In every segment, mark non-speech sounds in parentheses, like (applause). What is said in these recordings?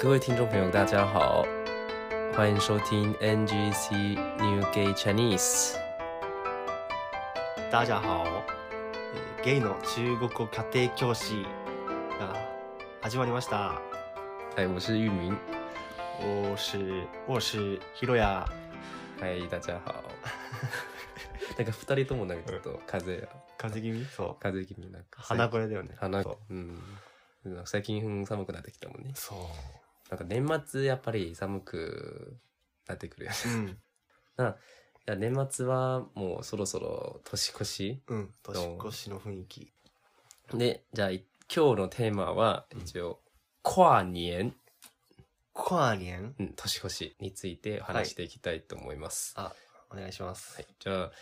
各位听众朋友，大家好，欢迎收听 NGC New Gay Chinese。大家好、えーゲイの中国語家庭教師が始まりました。哎，我是玉明。我是我是ヒロヤ。嗨，大家 (laughs) 好。なんか二人ともなんかちょっと風邪や風邪気味そう。風邪気味なんか鼻声だよね。鼻そう。うん。なんか最近寒くなってきたもんね。そうなんか年末やっぱり寒くなってくるよね。 (laughs) うん。いや年末はもうそろそろ年越し (laughs) うん。年越しの雰囲気。で、じゃあい今日のテーマは一応、跨年、コアニンうん、年越しについて話していきたいと思います。はあ、お願いします。い。じゃあ、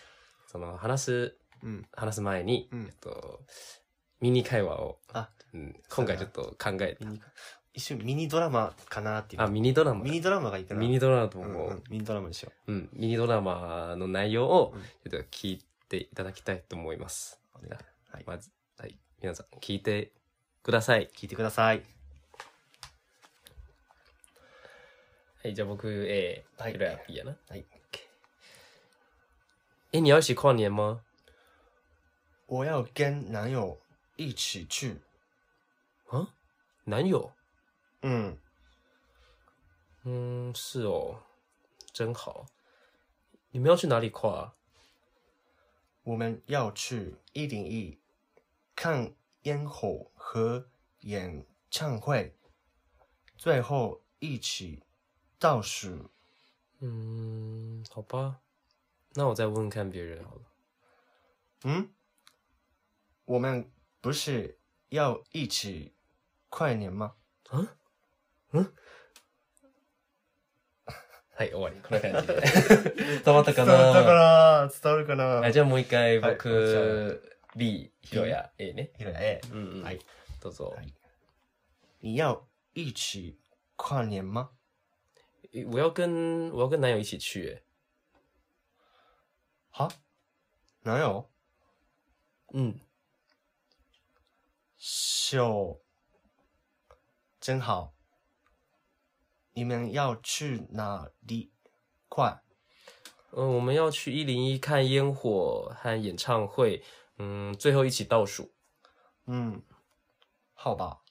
その話す、うん。話す前に、うんえっと、ミニ会話を、あうん、今回ちょっと考えミニ一瞬ミニドラマかなっていた。あ、う。ミニドラマ。ミニドラマがいいかな。ミニドラマとう思んう、うんミニドラマにしようん、ミニドラマの内容をうん、ちょっと聞いていただきたいと思います。う。お願いはい。まず、はい。皆さん、聞いてください。聞いてください。はい、じゃあ僕、A、はいヒロヤ B やな。はい。え、你要一起跨年吗？我要跟男友一起去。啊？男友？嗯。嗯，是哦，真好。你们要去哪里跨、啊？我们要去一零一看烟火和演唱会，最后一起倒数。嗯，好吧，那我再问问看别人好了。嗯，我们不是要一起跨年吗？啊？嗯？ (laughs) はい、 (laughs) 終わり。こんな感じで。伝わったかなら伝わるかはい、なじゃあもう一回はい僕、B、ヒロヤ、A ね。哎，うん、うん。はい。どうぞ。はい你要一起跨年吗？え我要跟我要跟男友一起去耶。哈，哪有？嗯，秀，真好。你们要去哪里？快！嗯，我们要去一零一看烟火和演唱会，嗯，最后一起倒数。嗯，好吧。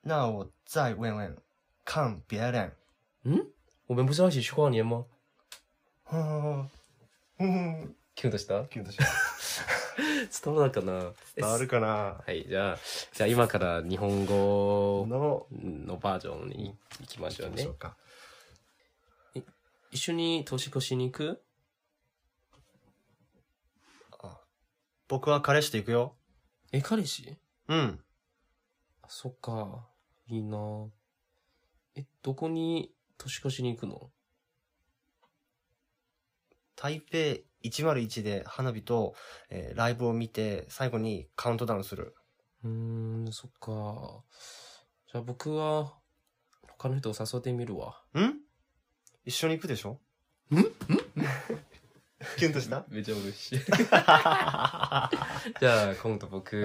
那我再问问，看别人。 (laughs) 嗯，我们不是要一起去跨年吗？嗯嗯， (laughs) キュンとした？。キュンとした伝わらなかな。えるかな。はい、じゃあじゃあ今から日本語ののバージョンに行きましょうね。か。一緒に年越しに行く？僕は彼氏と行くよ。え、彼氏？うん。あそっか、いいな。え、どこに年越しに行くの？台北101で花火と、えーライブを見て、最後にカウントダウンする。うーん、そっか。じゃあ僕は、他の人を誘ってみるわ。ん一緒に行くでしょんん (laughs) キュンと (laughs) しためちゃ嬉しい。じゃあ、今度 (laughs) 僕、い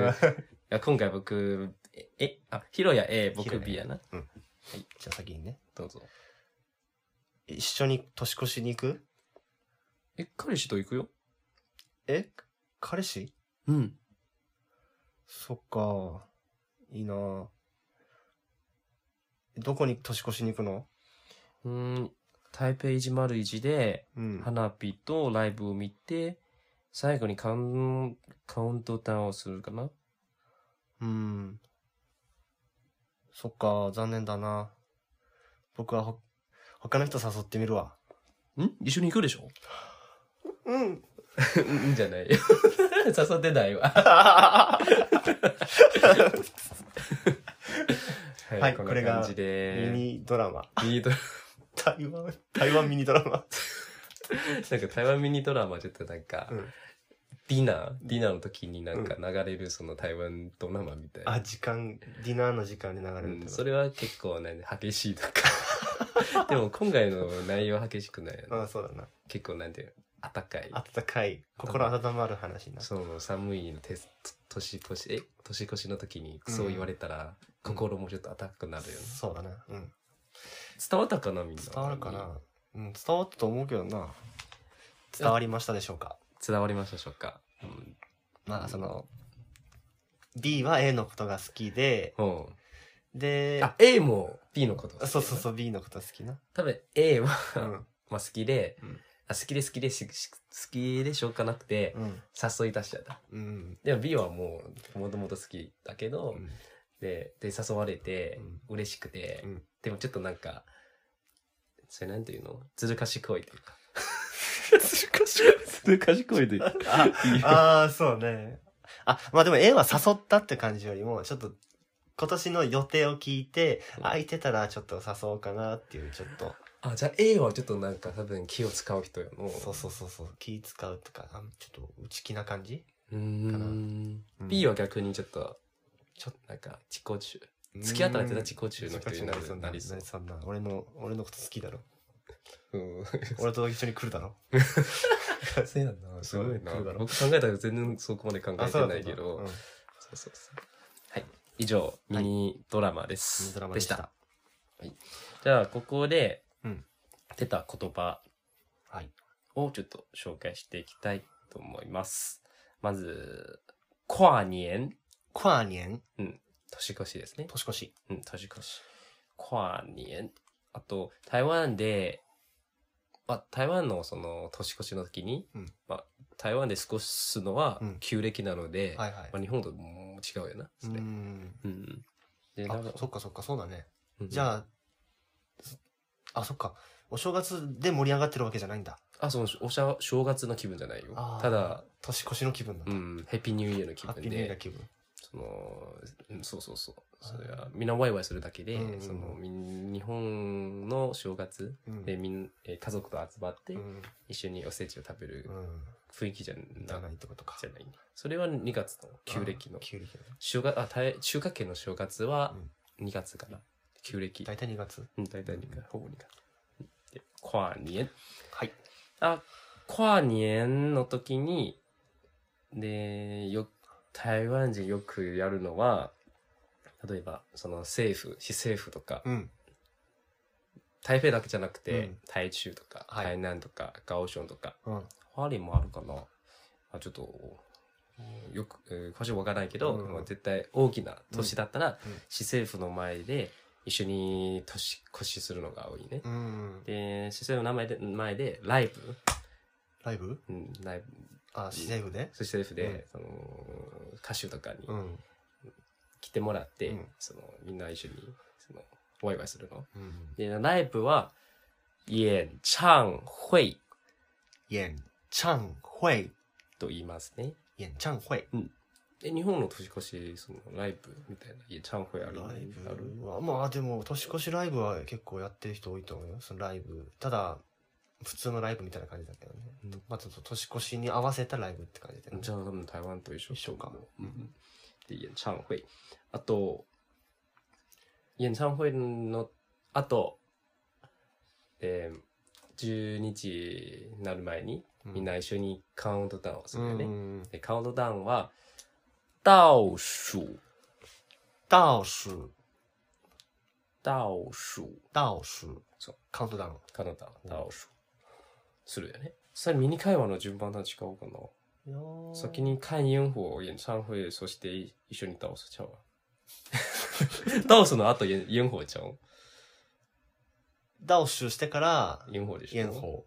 や今回僕、ええ、あ、ヒロヤ A、ヒロ僕ヤ A B やな。じゃあ先にね。どうぞ。一緒に年越しに行くえ、彼氏と行くよえ彼氏うん。そっか。いいなぁどこに年越しに行くのうーん、台北101で、うん。花火とライブを見て、最後にカウンカウントダウンをするかなうん。そっか、残念だな僕はほ、他の人誘ってみるわ。ん一緒に行くでしょう (laughs) ん。うん、うんじゃない (laughs) よ。誘ってないわ。はい、はいこんこなれが感じで。 (laughs) ミニドラマ。ミニドラ (laughs) (laughs) 台湾、台湾ミニドラマ。マ、なんか台湾ミニドラマちょっとなんか、うんディナーディナーの時になんか流れるその台湾ドラマみたいな。あ、時間、ディナーの時間で流れうるんだん、それは結構ね、激しいと (laughs) か。でも今回の内容は激しくないよね。あ、そうだな。結構なんていうの、あったかい。温かい、心温まる話な。その寒いのて年越し、え年越しの時にそう言われたら、心もちょっと温くなるよね。そうだね。うん。伝わったかなみんな。伝わるかなうん、伝わったと思うけどな。伝わりましたでしょうか伝わりましたでしょうかうんまあ、その、B は A のことが好きで、うん。で、あ、A も B のこと。そうそうう。そう、B のこと好き (laughs) な。多分 A は、うん。まあ好きで、うんあ、好きで好きでしし好きでしょうかなくて、うん。誘い出しちゃった。うん。でも B はもう、もともと好きだけど、で、で、誘われてうん、嬉しくて、うんでもちょっとなんか、それなんていうのずる賢いというか。 (laughs) ずる賢いずる賢 (laughs) いで。あああ、そうね。あ、まあでも A は誘ったって感じよりも、ちょっと、今年の予定を聞いて、うん空いてたらちょっと誘おうかなっていう、ちょっと、あ、じゃあ A はちょっとなんか多分気を使う人やの。そうそうそうそう、気使うとか、あちょっと内気な感じうーん。かな B は逆にちょっと、ちょっなんか自己中。付き合ったら絶対自己中の人になそるんななりそうなり。そんな俺の俺のこと好きだろうん。俺と一緒に来るだろ (laughs) そうやんな。すごいな来るだ。ろ僕考えたら全然そこまで考えてないけど。うんそうそうそう。はい。以上、ミニドラマです。ミニドラマでしたじゃあ、ここで、うん出た言葉はいをちょっと紹介していきたいと思います。まず、跨年。跨年年越しですね。年越しうん、年越し。跨年。あと、台湾で、まあ、台湾のその年越しの時に、うんまあ、台湾で過ごすのはうん旧暦なので、はいはいまあ、日本とも違うよな。うそれんうん。で、なあんかそっかそっかそうだねうんじゃあそあそっかお正月で盛り上がってるわけじゃないんだあ、その、おしゃ、正月の気分じゃないよあ。ーただ、年越しの気分なんうだん、ヘッピーニューイヤーの気ハッ分ピーニューイヤーで、気分その、うんそうそうそう。あそーれは、みんなワイワイするだけで、うんうんその、みん日本の正月うんでみん、えー家族と集まってう、ん一緒におせちを食べるうん雰囲気じゃいならないってことかじゃないね。それは2月の旧暦あの。旧暦の正月、あ、大中華圏の正月は2月かな。旧暦。大体2月うん大体2月、ほぼ2月。で、跨年。はいあ、跨年の時に、で、よ、台湾人よくやるのは、例えば、その政府、市政府とか、うん台北だけじゃなくて、うん台中とか、はい台南とか、高雄とか、うん花蓮もあるかなあ、ちょっと、よく、えー詳しいわからないけど、うんまあ絶対大きな都市だったら、うんうん市政府の前で一緒に年越しするのが多いね。うんで、市政府の前で、前でライブ、ライブうん、ライブ、あ市政府でそして F うんで、その歌手とかにうん来てもらって、うんそのみんな一緒にそのワイワイするの。うんで、ライブは演唱会演唱会、と言いますね。演唱会。で、日本の年越し、そのライブみたいな演唱会あラるイあるブは、まあでも、年越しライブは結構やってる人多いと思うよ。そのライブ。ただ、普通のライブみたいな感じだけどね。うんまあちょっと年越しに合わせたライブって感じだよね。じゃあ多分台湾と一緒一緒かうん、で、演唱会。あと、演唱会の、あと、えー12日になる前に、うみんな一緒にカウントダウンをすうるよね。ん。でカウントダウンは、倒数、倒数、倒数、倒数、そうカウントダウン。カナダ、倒数、するよね。それミニ会話の順番とは違うかな。先に看烟火、演唱会、そして一緒に倒数ちゃうわ。 (laughs) 倒数の後煙煙火ちゃう倒数してから、煙火でしょ演。法。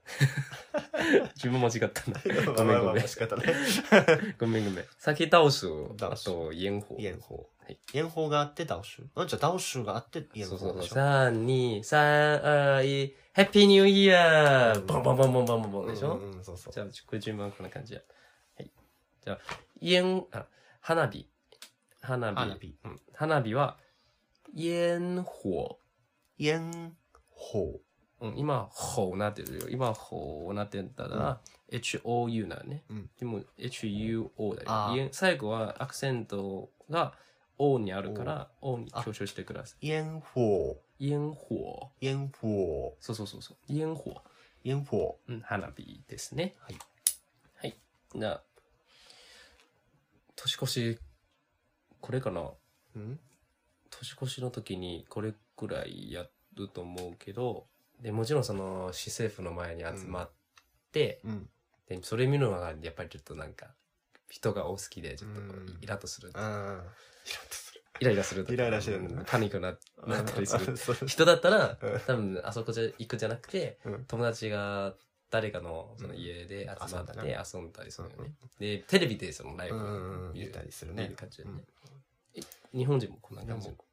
自分間違った (laughs) な。ごごめめんんごごめめんん。仕方ない。ごめんごめん。先倒数、あ倒数と煙火。演法はい。演法があって倒数。あ、じゃあ倒数があって演そうそう法そう。でしょ。三、二、三、二、一、ハッピーニューイヤうーんボンボンボンボンボンボンボンでしょ、うんうん、そうそうじ。ゃあ、これ順番こんな感じや。はい。じゃあ、煙、あ、花火。花火。花火うん、花火は、煙火。烟火。うん、今、ほなってるよ。今、ほなってたら、hou なね。うんでも、huo だあよー煙。最後は、アクセントが、o にあるから、o にあ強調してください。烟火。煙火。烟火。そうそうそうそう。煙火。烟火。うん、花火ですね。はい。はい。じゃあ、年越し、これかなうん年越しの時にこれくらいやると思うけど、で、もちろんその、市政府の前に集まって、うん。で、それ見るのがやっぱりちょっとなんか、人が多すぎで、ちょっとうんイラッとする。あイライラするとか。イライラしてるんだうんパニックになあ。なったりする。 (laughs) そう人だったらうん、多分あそこじゃ行くじゃなくて、うん友達が誰かのその家で集まってうん遊んだね遊んだりするようんうね。で、テレビでそのライうブん。見見るたりする見ねる。感じだよね。え日本人もこんな感じいやも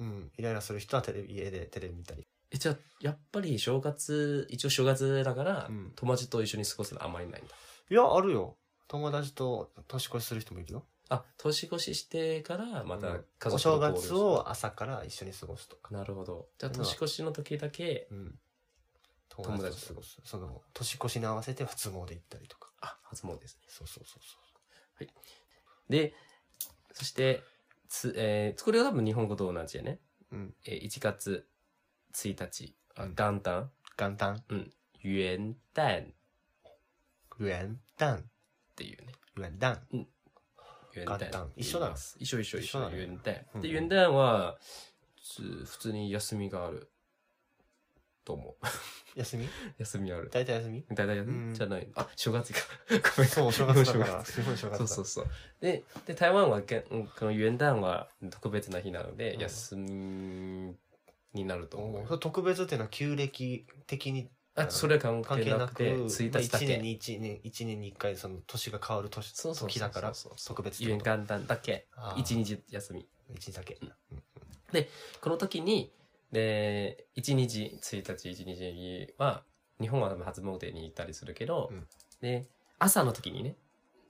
うん。イライラする人はテレビ、家でテレビ見たり。え、じゃあ、やっぱり正月、一応正月だから、うん友達と一緒に過ごすのあまりないんだ。いや、あるよ。友達と年越しする人もいるよ。あ、年越ししてから、まうたん家お族正と交流月するを朝から一緒に過ごすとか。なるほど。じゃあ、年越しの時だけ、うん。友達と達と過ごす。その、年越しに合わせて初詣行ったりとか。あ、初詣ですね。そうそうそうそで、そして、つ、えーこれは多分日本語と同じやね。う。うん。えー1月1日、あうん元旦、元旦、元旦っ元旦、ていうね。元旦。元元旦一緒だな一緒一緒一緒。一緒だね元旦。うんで、元旦は、つ普通に休みがある。と思う。休み休みある。大体 (laughs) 休みだいたい、うんじゃないの。あ、正月か。ごめん。そう、お正月だ (laughs) から。すごい正そ月だ。うそうそう。で、で台湾は元、うんこの元旦は特別な日なので、うん休みになると思おうー。それ特別っていうのは旧暦的にあ、それは関関係係ななくく、て、まあ一1日だけ年。に一年、一年に一回その年が変わる年、そうそうそうそう時だからそうそう、そう特別って元こと旦だけ。あー1日休み。一日だけ。この時に、で、1日、1日、1日は、日本は多分初詣に行ったりするけど、うんで、朝の時にね、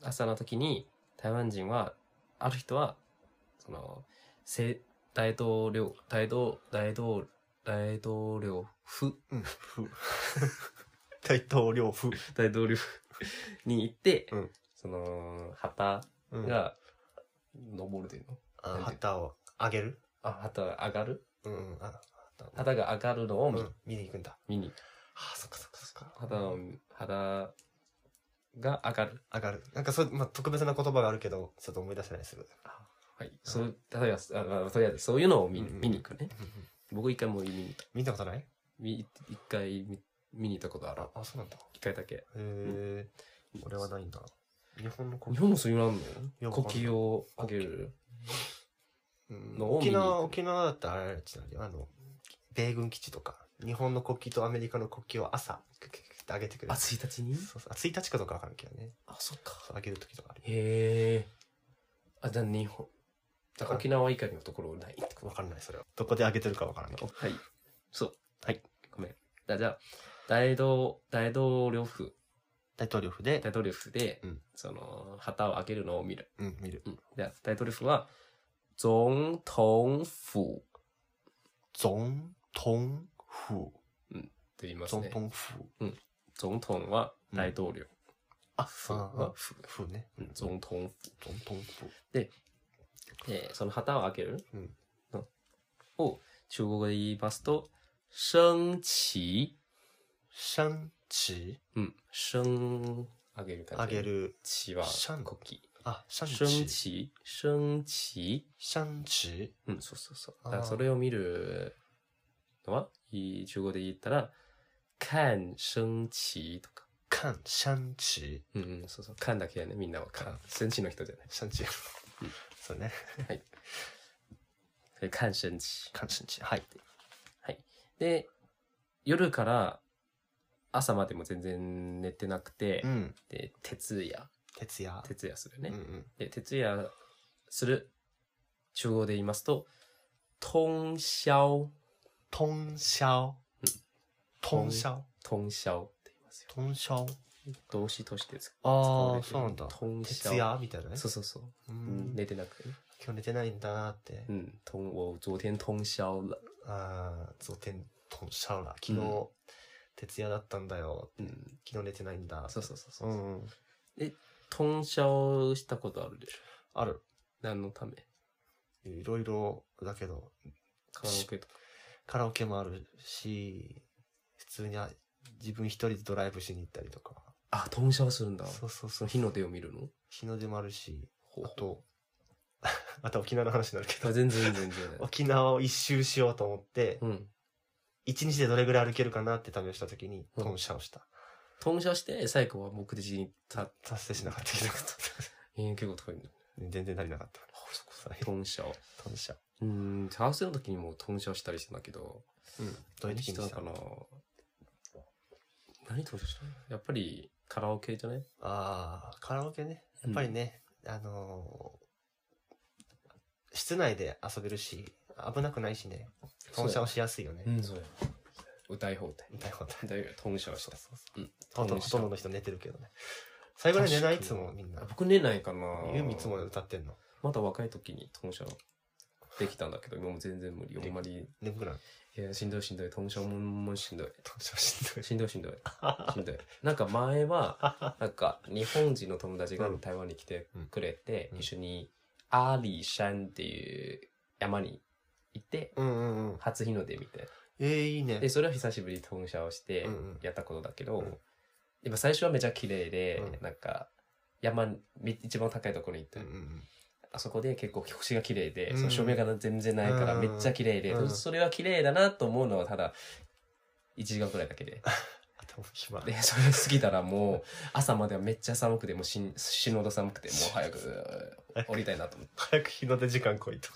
朝の時に、台湾人は、ある人は、その、せ大統領、大統、大統、大統領府、うん。ふ大統領府。大統領府に行って、うんその、旗うん。が、登るというの、あ旗をあげるあ、旗が上がるうんうん。あ旗旗が上がるのを見,、うん見に行くんだ。見にあ、そっかそっかそっか。肌を、肌が上がる。上がる。なんかそう、まあ、特別な言葉があるけど、ちょっと思い出せないでする。はい。そう、例えば、あまあとりあえず、そういうのを見,、うんうん見に行くね。僕一回もう見に行った。見たことない見一回見見に行ったことあるあ。、あ、そうなんだ。一回だけ。へえ。俺はないんだ。日本の国日本もそういうのあんいやのわかん呼ない吸を上げる。うんのを見沖に行く縄、沖縄だったらあれちなみにあの、米軍基地とか、日本の国旗とアメリカの国旗を朝、ククククって上げてくれる。あ、1日にそうそうあ1日かとかわかるけどね。あ、そっか。上げる時とかある。へえ。あ、じゃあ日本。だから沖縄以外のところないってこわかんない、それは。どこで上げてるかわからんけど。とはい。そう。はい。ごめん。だじゃあ、大道、大道領府、大統領府で大、道領府で、うんその、旗を上げるのを見る。うん、見る。うん。で、大統領府は、总統府总統府。と言います总ね。統府。总統は大統領。あ、府ああは府。府ね。うん总統府。总統府。で、その旗を開けるうんのを中国語で言いますと、升旗。山旗。うん。升、上げる感上じ。げ。る。旗は山国旗。あ、山升旗。旗。升旗。山旗。うん、そうそうそう。あーだからそれを見るのは、い中国で言ったら、看升旗とか。看山旗。うんうん、そうそう。カンだけやね、みんなはカン。生气の人じゃない。山旗。そうね。それカン生气。看山旗。はい。で、夜から朝までも全然寝てなくて、うん。で、徹夜。徹夜。徹夜するうね。んうん。で、徹夜する中国で言いますと、通宵。通宵。通宵通宵。って言いますよ。通宵。動詞として使あわれあ、てるそうなんだ。通宵。徹夜みたいなね。そうそうそう。ううんん、寝てなくてね。今日寝てないんだなってう。ん、通我昨天通宵了。ああ、昨天通宵了。昨う日、徹夜だったんだよ。うん、昨日寝てないんだ。そうそうそうそうう。んうん。通宵したことあるでしょ。ある。何のためいろいろだけど、カラオケとか。カラオケもあるし、普通にあ自分一人でドライブしに行ったりとか。あ、通宵するんだ。そうそうそそうの。日の出を見るの日の出もあるし、ほう (laughs) あと、また沖縄の話になるけ (laughs) あど、全然全然。沖縄を一周しようと思って、うん。一日でどれぐらい歩けるかなって試した時に、うんトンシャをした。トンシャして、最後は目的地に立っ達成しなかったけしどなかっ、えー結構遠いんだ。全然足りなかった。トンシャを。トンシャ。うーん、ハウスの時にもトンシャしたりしたんだけど、うん。どういう時に何ししたたののかな何トンシャしたのやっぱりカラオケじゃないああ、カラオケね。やっぱりね、あのー室内で遊べるし、危なくないしね、トンシャをしやすいよね。ん、そうや。歌い放題。みたいなこと。だいぶトンシャをしそうた。そううんそう。ほとんどトンシャほとんどの人寝てるけどね。最後に寝ないいつもみんなあ。僕寝ないかなユーミンいつも歌ってんの。まだ若い時にトンシャできたんだけど、今も全然無理。あんまり。眠くない。いや、しんどいしんどい。トンシャもんもんしんどい。トンシャしんどい。しんどいしんどい。しんどい。なんか前 (laughs) は、なんか日本人の友達がうん台湾に来てくれて、うん一緒に阿里山っていう山に行って、うんうんうん。初日の出見て。えー、いいねで、。それは久しぶりにトンシャをしてうんうんやったことだけど、うんやっぱ最初はめちゃ綺麗で、うんなんか山、み一番高いところに行って、うんうんうんあそこで結構星が綺麗で、うんその照明が全然ないからうんめっちゃ綺麗で、うんそれは綺麗だなと思うのはただ1時間くらいだけで。あと暇。で、それ過ぎたらもう朝まではめっちゃ寒くて、もう死ん死ぬほど寒く (laughs) て、もう早く早く降りたいなと思っ早く日の出時間来いと。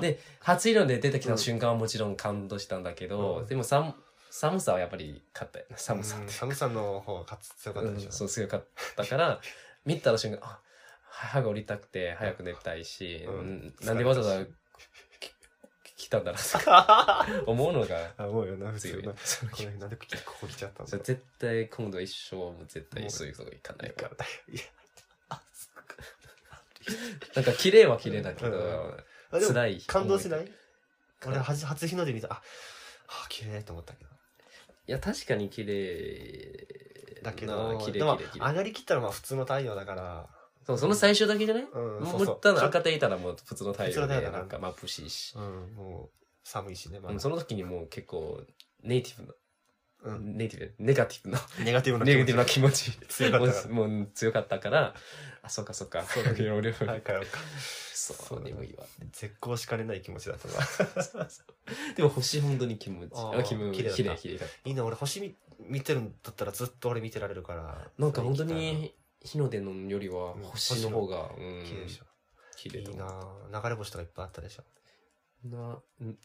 て。で、初色で出てきうたん瞬間はもちろん感動したんだけど、うんでも寒寒さはやっぱり勝ったよな寒さうっんて。寒さの方が強かったでしうょん。そう強かったから見たら瞬間あ早く降りたくて早く寝たいし、うんうんなんでわざわざき来たんだろうとか (laughs) 思うのがあ、もうよな、強普通いな。これなんでここ来ちゃったんそだれ絶対今度一生もう絶対そういうとこ行かないからいや、あ、そっか。なんか綺麗は綺麗だけど、うんあでも辛い感動しないい俺はじ初日の出見たああ綺麗と思ったけどや確かに綺麗だけどな綺麗でも綺麗綺上麗がりきったらまあ普通の太陽だからそうその最初だけじゃない、うんもそううそうただ赤手いたらもう普通の太普通陽の太で陽だななんか眩しいし、うんもう寒いしねまうんだその時にもう結構ネイティブなうんネイティブ、ネガティブ (laughs) な、ネガティブなネガティブな気持ち。強かったからもうもう (laughs) 強かったから、あ、そうかそうか。そうだね俺もはいかよかそう、でもいいわ。絶好しかれない気持ちだったわ (laughs) でも星本当に気持ち。ああー、気持ち。綺綺麗麗だった綺麗綺麗だっいいな俺星見見てるんだったらずっと俺見てられるからた。なんか本当それ行きに、日の出のよりはうん星の方が、うたんいな綺麗でしょ綺麗いだいな。な流れ星とかいっぱいあったでしょな、うん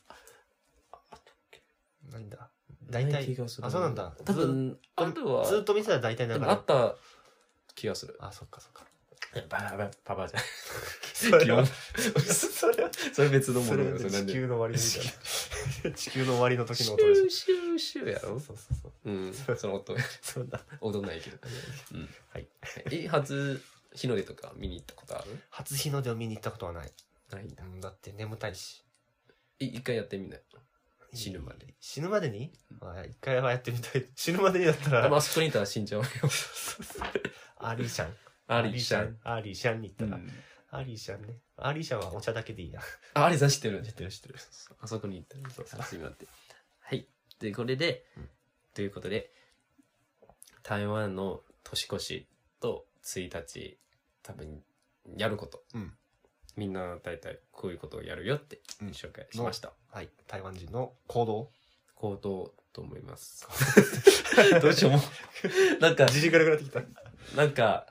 ないんだ大ない気体がするあそうなんだ多分、あずっとは、ずっと見てたら大体流でれもあった気がする。あそっかそっかパパ、パパじ (laughs) ゃん。それは気それはそれ別のもそのれよ。それなんで地球の終わりみたいな (laughs) 地球の終わりの時シのュ音ーでしょシューシューやそうろそうそううん、その音。そうだ踊んないけど。うん。はいえ、初日の出とか見に行ったことある初日の出を見に行ったことはない、ないんだう。ん、だって眠たいしい一回やってみない。死ぬまで死ぬまでに、まあ、一回はやってみたい (laughs) 死ぬまでにだったらまあそこにいたら死んじゃうよ。アーリーシャンアリシャン。アーリーシャンにう行ったら、んアーリーシャンねアーリーシャンはお茶だけでいいなあ、アリさ (laughs) ん知ってるてる知ってるあそこに行ったら。そうそう、すみません。はい。で、これでうん、ということで、台湾の年越しと1日、多分、やること。うんみんな大体こういうことをやるよってうん紹介しました。はい台湾人の行動行動と思います。どうしようもう。なんか、自信からくなってきたなんか、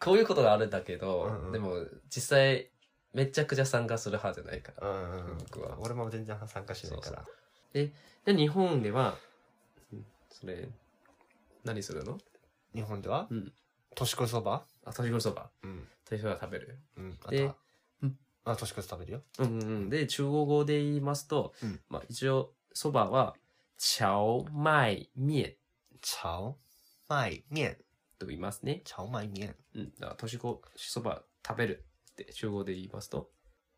こういうことがあるんだけど、うんうんでも実際めちゃくちゃ参加する派じゃないから。うんうんうん僕は俺も全然参加しないからで、日本では、うんそれ、何するの日本では、うん年越しそばあ、年越しそば。うん年越しそば食べる。うんあとでは、うんあ年越し食べるようんうんうん。で、中国語で言いますと、うんまあ一応、そばは、荞麦面荞麦面と言いますね。荞麦面うん。だから年越しそば食べるって中国語で言いますと、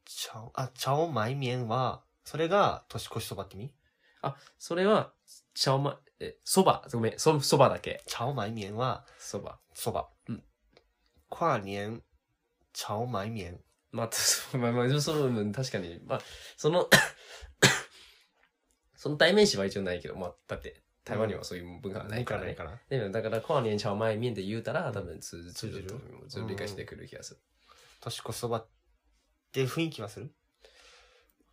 荞あ荞麦面はそれが年越しそばって意味あ、それは、荞麦、え、そば、ごめん、そ、そばだけ。荞麦面はそば。そばうん跨年荞麦面まあ、そうまあ、まあ、その、うん確かに、まあ、その、 (coughs) その代名詞は一応ないけど、まあ、だって、台湾にはそういう文化はないからね。からでも、だから、跨年朝前面で言うたら、多分通通通じじるると思う。ずっと理解してくる気がする。年越しそばって雰囲気はする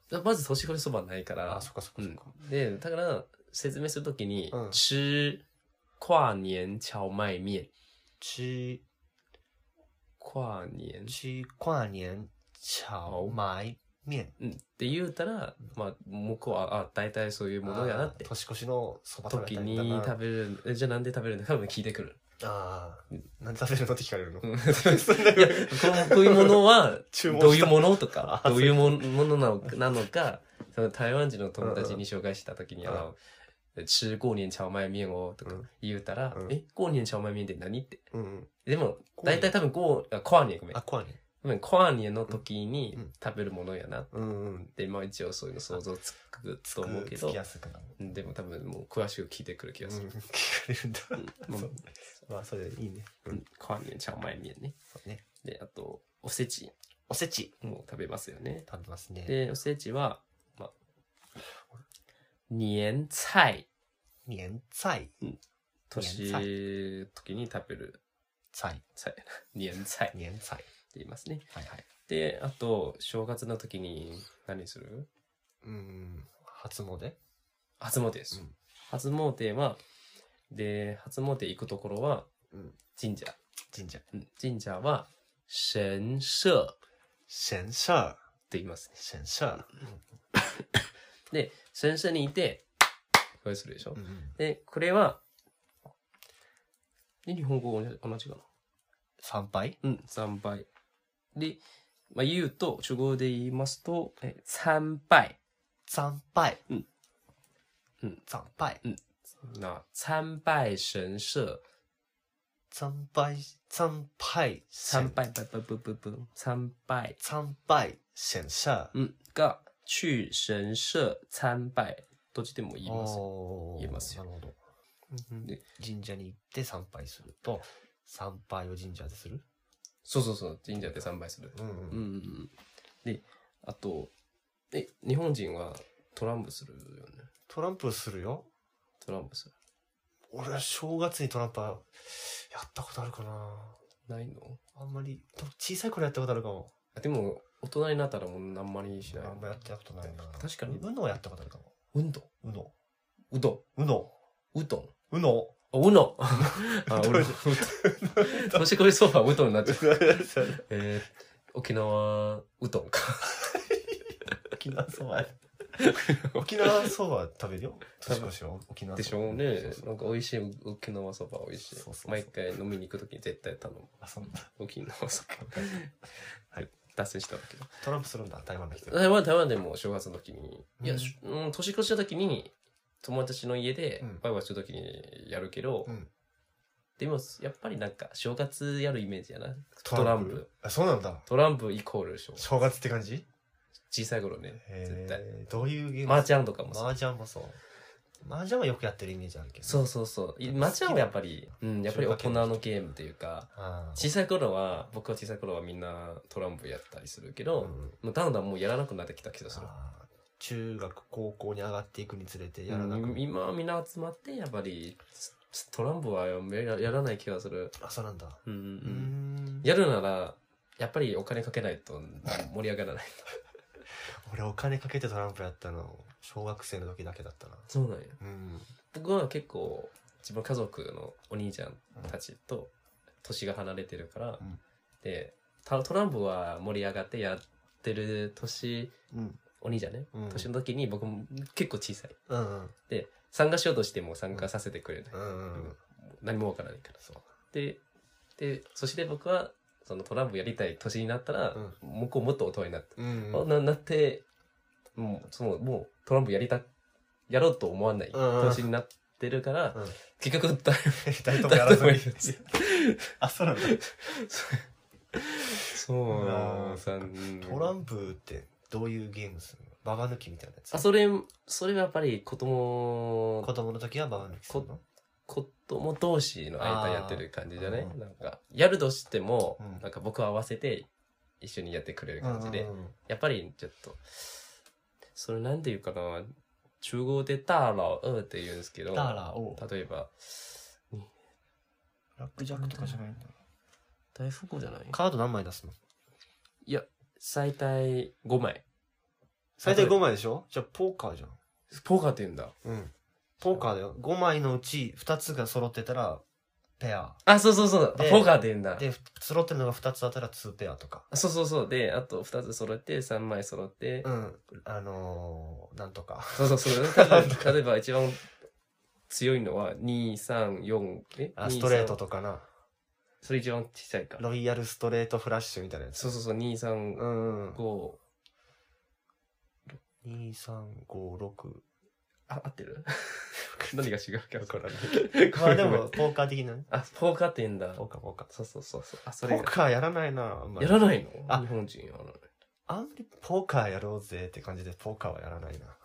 だまず年越しそばないからあ、そっかそっかそっか。でだから説明するときに、うん吃跨年荞麦面吃跨年吃跨年荞麦面。うんって言うたら、まあ、向こうは、あ、大体そういうものやなってあー。年越しのそば食時べたりにだな食べる、えじゃあなんで食べるのか多分聞いてくる。ああ、なんで食べるのって聞かれるのうんいそんなや、こういうものは、 (laughs) 注文したどういうものとか、あどういうもものなのなのか、その台湾人の友達に紹介した時に、うんあの、吃过年荞麦面をとかうん言うたら、うんえ、过年荞麦面って何って。うんうん。でも、过大年体多分过、あ、跨年ごめんあ、。跨年。ごめん、跨年の時にうん食べるものやなっうんうん。て、まあ一応そういうの想像つくと思うけつどき、やすくなる。うんでも多分もう詳しく聞いてくる気がすうるん。聞かれるんだ。まあそうまあ、それいいね。うん跨年荞麦面ね。そうね。で、あと、おせちおせちも食べますよね。食べますね。で、おせちは、まあ、年菜。年菜年菜年、時に食べる菜菜。年菜って年菜言いますね。はいはい。で、あと、正月の時に何するうん。初詣初詣です。うん初詣は、で、初詣行くところはうん。神社。神社。うん神社は神社っ神社。て言いますね。神社。で、神社にいて、これするでしょ、うんうん。で、これは、で、日本語同じか参拝な。うん、参拝。で、まあ、言うと、中国語で言いますと、え参拝。参拝。うん。うん。参拝。那参拝神社。参拝。参拝。参。拝、不不不不不、参拝。参拝。神社。うん、が、去神社参拝。どっちでも言います。おー言いますよなるほど。で神社に行って参拝すると、参拝を神社でするそうそうそう、神社で参拝する。うんうんうんうん。で、あと、え、日本人はトランプするよね。トランプするよ。トランプする。俺は正月にトランプはやったことあるかなないのあんまり、でも小さい頃やったことあるかも。あでも、大人になったらもうあんまりしないあ。んまやったことないな。確かにうのやったことあるかも。うんどん。うの。うどうの。ん。うどん。うの。あ、うの (laughs) あ、うどん。うどん年越しそばうどんになっちゃう。えー、沖縄うどんか。沖縄そば。 (laughs) 沖縄そば食べるよ。年越しは沖縄そばでしょうねそう。そうなんか美味しい沖縄そば美味しいそうそうそう毎回飲みに行くときに絶対頼む。あそんな沖縄そば。 (laughs) はい。脱線したんだけど。トランプするんだ、台湾の人。台湾、台湾でも正月の時に、うんいや、しうん、年越しの時に、友達の家でうんワイワイする時にやるけど、うんでもやっぱりなんか正月やるイメージやなトランプ。あ、そうなんだ。トランプイコール正月正月って感じ小さい頃ね絶対えーどういうゲーム麻雀とかもそう麻雀もそう。麻雀はよくやってるイメージあるけど。そうそうそうい麻雀はやっぱり、うん、やっぱり大人のゲームというかあー小さい頃は僕は小さい頃はみんなトランプやったりするけど、うんもうだんだんもうやらなくなってきた気がするあー中学、高校に上がっていくにつれてやらなく、うん今はみんな集まってやっぱりトランプはややらない気がする、あ、そうなんだ。うんうんう、うんんやるならやっぱりお金かけないと盛り上がらない俺お金かけてトランプやったの、小学生の時だけだったな。そうなんやうん。僕は結構自分家族のお兄ちゃんたちと年が離れてるから、うんでたトランプは盛り上がってやってる年うん。お兄ちゃんね、うん年の時に僕も結構小さいうんうん。で参加しようとしても参加させてくれない、うんうんうん。何もわからないからそう。ででそして僕はそのトランプやりたい年になったら、うん向こうもっと大人になって、うんあななってもうそのもうトランプやりたやろうと思わないうんうん年になってるから、うん。結局誰も (laughs) 誰ともや誰とらずもにい。ないあ、そうなんだ。そううなんさんトランプってどういうゲームするのババ抜きみたいなやつあ。それそれはやっぱり子供子供の時はババ抜きするの子供同士の間やってる感じじゃないあーなんかやるとしても、うんなんか僕は合わせて一緒にやってくれる感じで、うんうんうんやっぱりちょっとそれなんていうかな中国で大老二って言うんですけどだから、お例えばブラックジャックとかじゃないんだ。大富豪じゃないカード何枚出すのいや最大5枚。最低5枚でしょじゃあポーカーじゃん。ポーカーって言うんだ。うん。ポーカーだよ。5枚のうち2つが揃ってたらペア。あ、そうそうそう。でポーカーって言うんだ。で、ふ揃ってるのが2つだったら2ペアとか。あそうそうそう。で、あと2つ揃えて、3枚揃って。うん。あのー、なんとか。そうそう (laughs) そう。多分例えば一番強いのは、2、3、4、えあストレート。 2 3とかな。それ一番小さいか。ロイヤルストレートフラッシュみたいなやつ。そうそうそう、2、3、うん。 5。 2、3、5、6。あ、合って (laughs) る何が違うか分からない。まあでも、ポーカー的なね。あ、ポーカーって言うんだ。ポーカー、ポーカー。そうそうそうそう。あ、そポれーが。カーやらないな、あんまりやらないのあ日本人やらない。あんまりポーカーやろうぜって感じで、ポーカーはやらないな。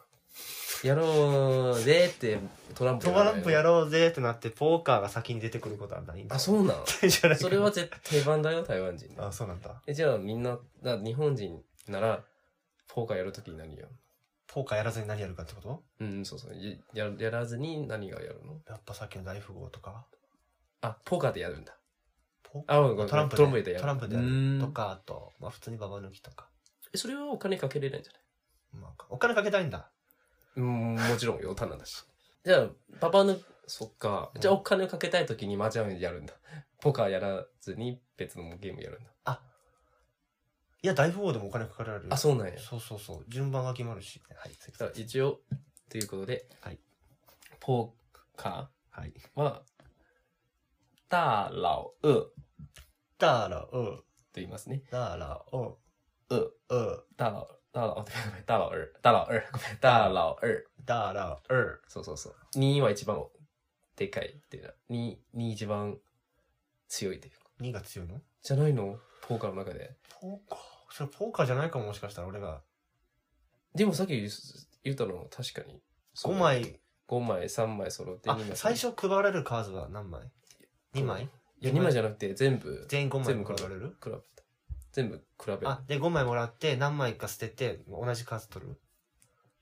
やろうぜってトランプトランプやろろうぜってなって、ポーカーが先に出てくることはないんだ。あ、そうなん (laughs) じゃないかそれは絶対定番だよ、台湾人の。あ、そうなんだ。え、じゃあみんな、な日本人なら、ポーカーやるとき何やるポーカーやらずに何やるかってことうん、そうそう。やややらずに何がやるのやっぱさっきの大富豪とか、あ、ポーカーでやるんだ。ポーあ、ごめんごめんトランプトランプででやる。トランプでやうーるんとか、あと、まあ普通にババ抜きとか。えそれはお金かけれないんじゃないまあ、お金かけたいんだ。うん、もちろんよ、タナだし。 (laughs) じゃあ、パパの、そっか。じゃあ、うんお金をかけたいときに麻雀やるんだ。ポカーやらずに別のゲームやるんだ。いや、大富豪でもお金かけられる。あ、そうなんや。そうそうそう。順番が決まるし。はい、次だから一応、ということで、はいポーカはい。ーは、大老二とだら、う、言いますね。だら、う、二う、大老、大老、ごめん、大老二、大老二、ごめん、大老二。だら、う。そうそうそう。2は一番でかいっていうな。2、2一番強いっていうか。 2が強いのじゃないのポーカーの中で。ポーカーそれポーカーじゃないかも、もしかしたら俺が。でもさっき言う言ったの確かに。 5。枚。 5枚、3枚揃ってあ二、枚最初配られる数は何枚 ?2 枚いや、2枚じゃなくて全部、全員5全部枚比配らべれる比べた。全部比べあ、で、5枚もらって、何枚か捨てて、同じ数取る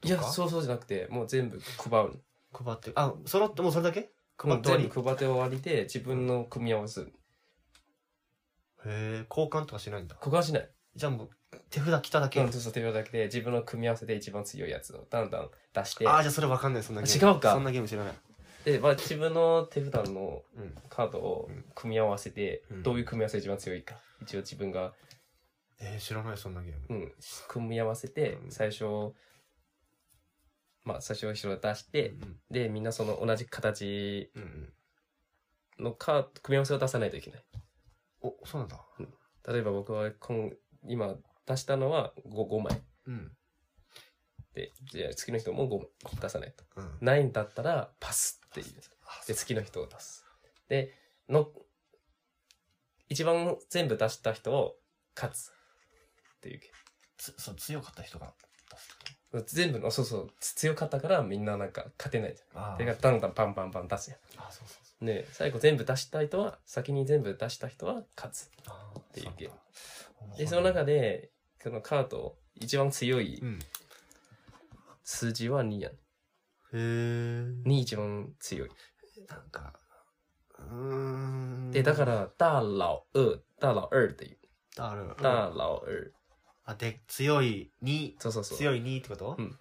いや、とかそうそうじゃなくて、もう全部配る。配って、あ、揃って、もうそれだけへも配う全って終わり部配って終わりで、自分の組み合わせ、え、交換とかしないんだ。交換しない。じゃあもう、手札来ただけ。うあん、そうそう、手札だけで、自分の組み合わせで一番強いやつをだんだん出して、ー、じゃあそれわかんない、そんなゲーム。違うかそんなゲーム知らない。で、まあ、自分の手札のうん。カードを組み合わせて、うんどういう組み合わせが一番強いか。一応自分が、えー、知らない、そんなゲーム。うん、組み合わせてう、ん最初、まあ、最初後ろ出して、うんで、みんなその同じ形うんうん。のカード、組み合わせを出さないといけない。お、そうなんだ。例えば僕は今、今出したのは 5, 5枚。うん。で、じゃあ次の人も 5, 枚出さないと。うん。ないんだったら、パスっていう。あで、次の人を出す。で、の、一番全部出した人を勝つ。っていう。つそう強かった人が出すってこ全部の、そうそう、強かったからみんななんか勝てないじとあゃあん。で、だんだんパンパンパン出すやあそうそうそん。ね最後全部出した人は、先に全部出した人は勝つ。うああっていうゲームそうなんだで、その中で、そのカード、一番強いうんへ数字は2やん。え2一番強い。なんかうーんで、だから、大老二、大老二って言う。だる大老二。あで強いにそうそうそう。強いにってことうん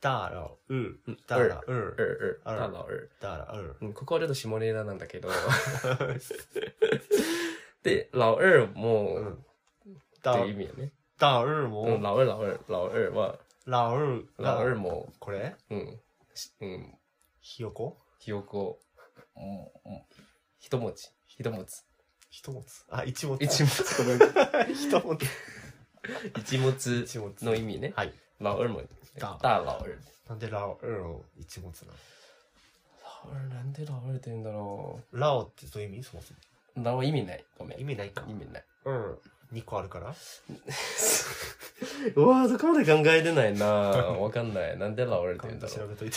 だろううんだらう二二、二大老二。だらううん、ここはちょっと下ネタなんだけ (laughs) ど。で、老二も、うっんてだいう意味よね。だるうん、も老二、老二、老二は、老二老二も、これうん、しうん、ひよこひよこ、うん、うん、一文字、一文字。一文字あ一文字一文字、ごめん。一文字 (laughs) 一文字一文字の意味ね。はい老二も、大大老二。なんでラオ二を一文字なの老二なんで老二って言うんだろラオってどういう意味そもそもう。老二意味ない。ごめん。意味ないか意味ない。うん2個あるからうわーそこまで考えてないな (laughs) わかんない。なんでラオレって言うんだろ調う。べといて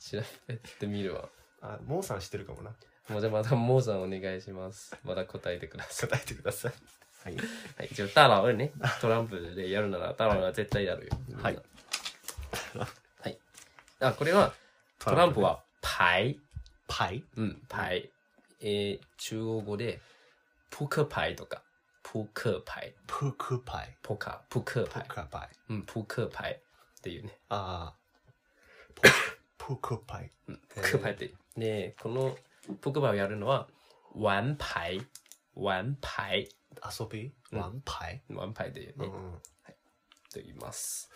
調べてみるわ。あモーさん知ってるかもなもうじゃあまたモーさんお願いします。まだ答えてください。答えてくださいはいはい、一応大老二ね。トランプでやるなら大老二は絶対やるよ。はいはい。あ、これは、トランプは牌。パイうん、牌。えー、中国語で、撲克牌とか、扑克牌、扑克牌，扑卡、扑克扑牌，克牌うん、扑克牌っていうね。 (coughs) あー、扑扑克牌。扑克牌って。で、この扑克牌をやるのは、玩牌、玩牌、遊びうん玩牌。玩牌でうね、ん。と言います。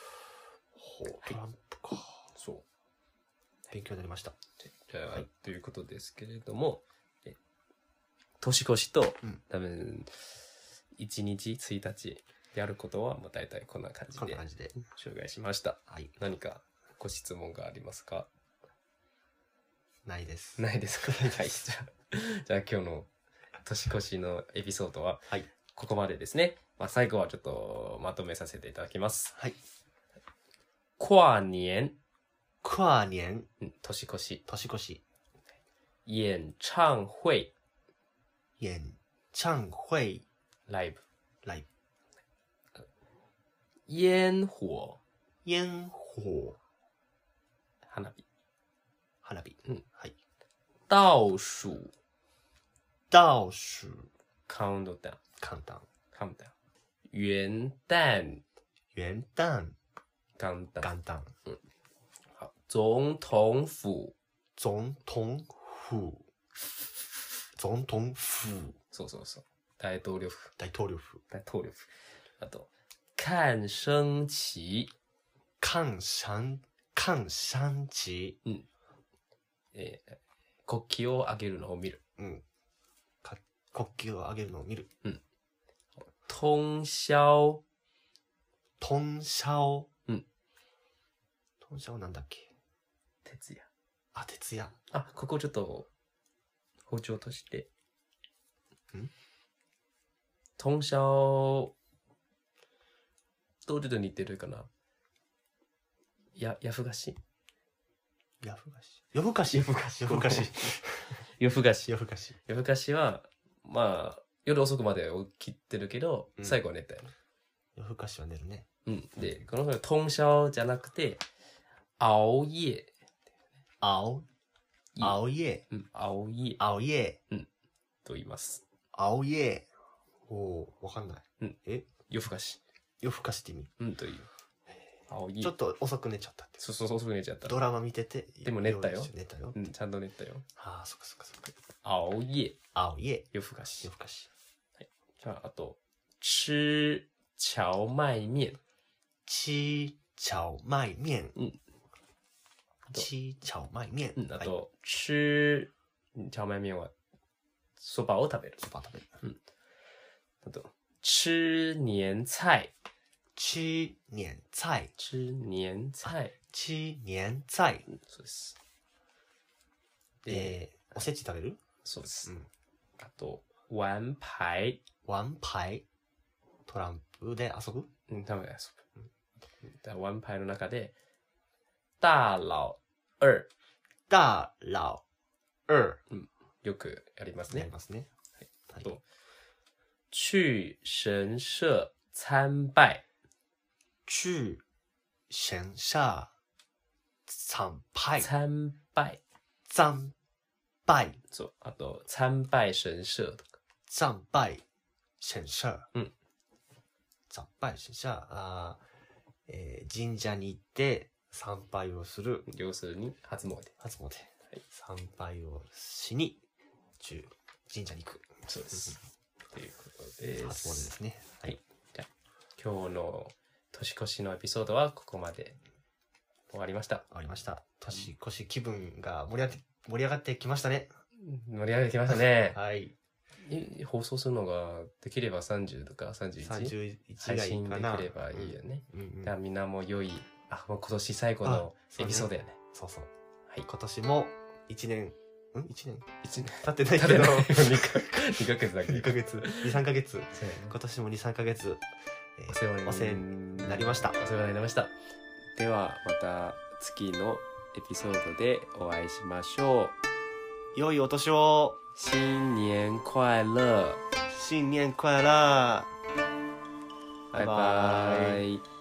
ほう、トランプか。そう。勉強になりました。じゃあはいということですけれども、え年越しと、うん多分、1日、1日やることは、まあ大体こんな感じこんなで感じで。紹介しました。はい。何かご質問がありますかないです。ないです (laughs) かはい。じゃあ、じゃあ今日の年越しのエピソードは、はいここまでですね。まあ最後はちょっとまとめさせていただきます。はい。跨年、跨年、うん年越し、年越し、演唱会、演唱会、ライブ、来烟火、烟火花火、花火。うんはい。倒数、倒数、カウントダウン、 countdown カウントダウン。元旦、元旦、カウントダウン。元旦。好总統府、总统府、总統府、そうそうそう。大統領府、大統領府。大統領府。あと、看升旗、看山、看山地。えー国旗を上げるのを見る。うん。か国旗を上げるのを見る。通宵、通宵。うん。通宵なんだっけ徹夜。あ、徹夜。あ、ここちょっと、包丁として。ん通宵とちょっと似てるかな。や、夜更かし夜更かし。夜更かし。夜更かし。夜更かし。夜更かし。夜更かし。夜更かしは、まあ、夜遅くまで起きてるけど、うん最後は寝たよね。夜更かしは寝るね。うん。で、この人は通宵じゃなくて、熬夜。熬い熬夜うん、熬夜熬夜と言います。熬夜おー、わかんない。うんえ夜更かし。夜更かしてみ。うん、という。青い。ちょっと遅く寝ちゃったって。そうそうそう、そう寝ちゃった。ドラマ見てて。でも寝たよ夜寝たよう。ん、ちゃんと寝たよ。ああ、そっかそっかそっか。熬夜、熬夜夜更かし夜。更かし。じゃあ、あと、吃荞麦面。七荞麦面。うん。と七荞麦面。うん、あはいと、吃荞麦面は、そばを食べる。そば食べる。あと、吃年菜。七年菜。吃年菜。七年菜。うん、そうです。で、えー、おせち食べるそうです。うんあと、玩牌。玩牌。トランプで遊ぶうん、多分遊ぶ。うんだから玩牌の中で、大老二。大老二。よくやりますやりね。ますね。はいと去神社参拝。去神社参拝。参拝。参拝。そう。あと、参拝神社とか。参拝神社。うん。参拝神社。あーえー神社に行って参拝をする。要するに、初詣。初詣。参拝をしに、中神社に行く。そうです。ということで。初詣ですすね。ははいい。今日の年越しのエピソードはここまで終わりました。終わりました。年越し気分が盛り上がって、盛り上がってきましたね。盛り上げてきましたね。はい。え放送するのができれば30とか 31? 31配がいい信でかきな。ればいいよね。うんうんうんじゃあみんなも良い、あ、もう今年最後のエピソードや (laughs) ね。そうそう。はい今年も1年、ん ?1 (laughs) 年一年経ってないたけだ (laughs) どの、2ヶ二ヶ月だけ。 2ヶ月、2、3ヶ月。そうやね今年も2、3ヶ月、えーお世話にお世話になりました。お世話になりました。ではまた次のエピソードでお会いしましょう。良いお年を新年快乐，新年快乐拜拜。拜拜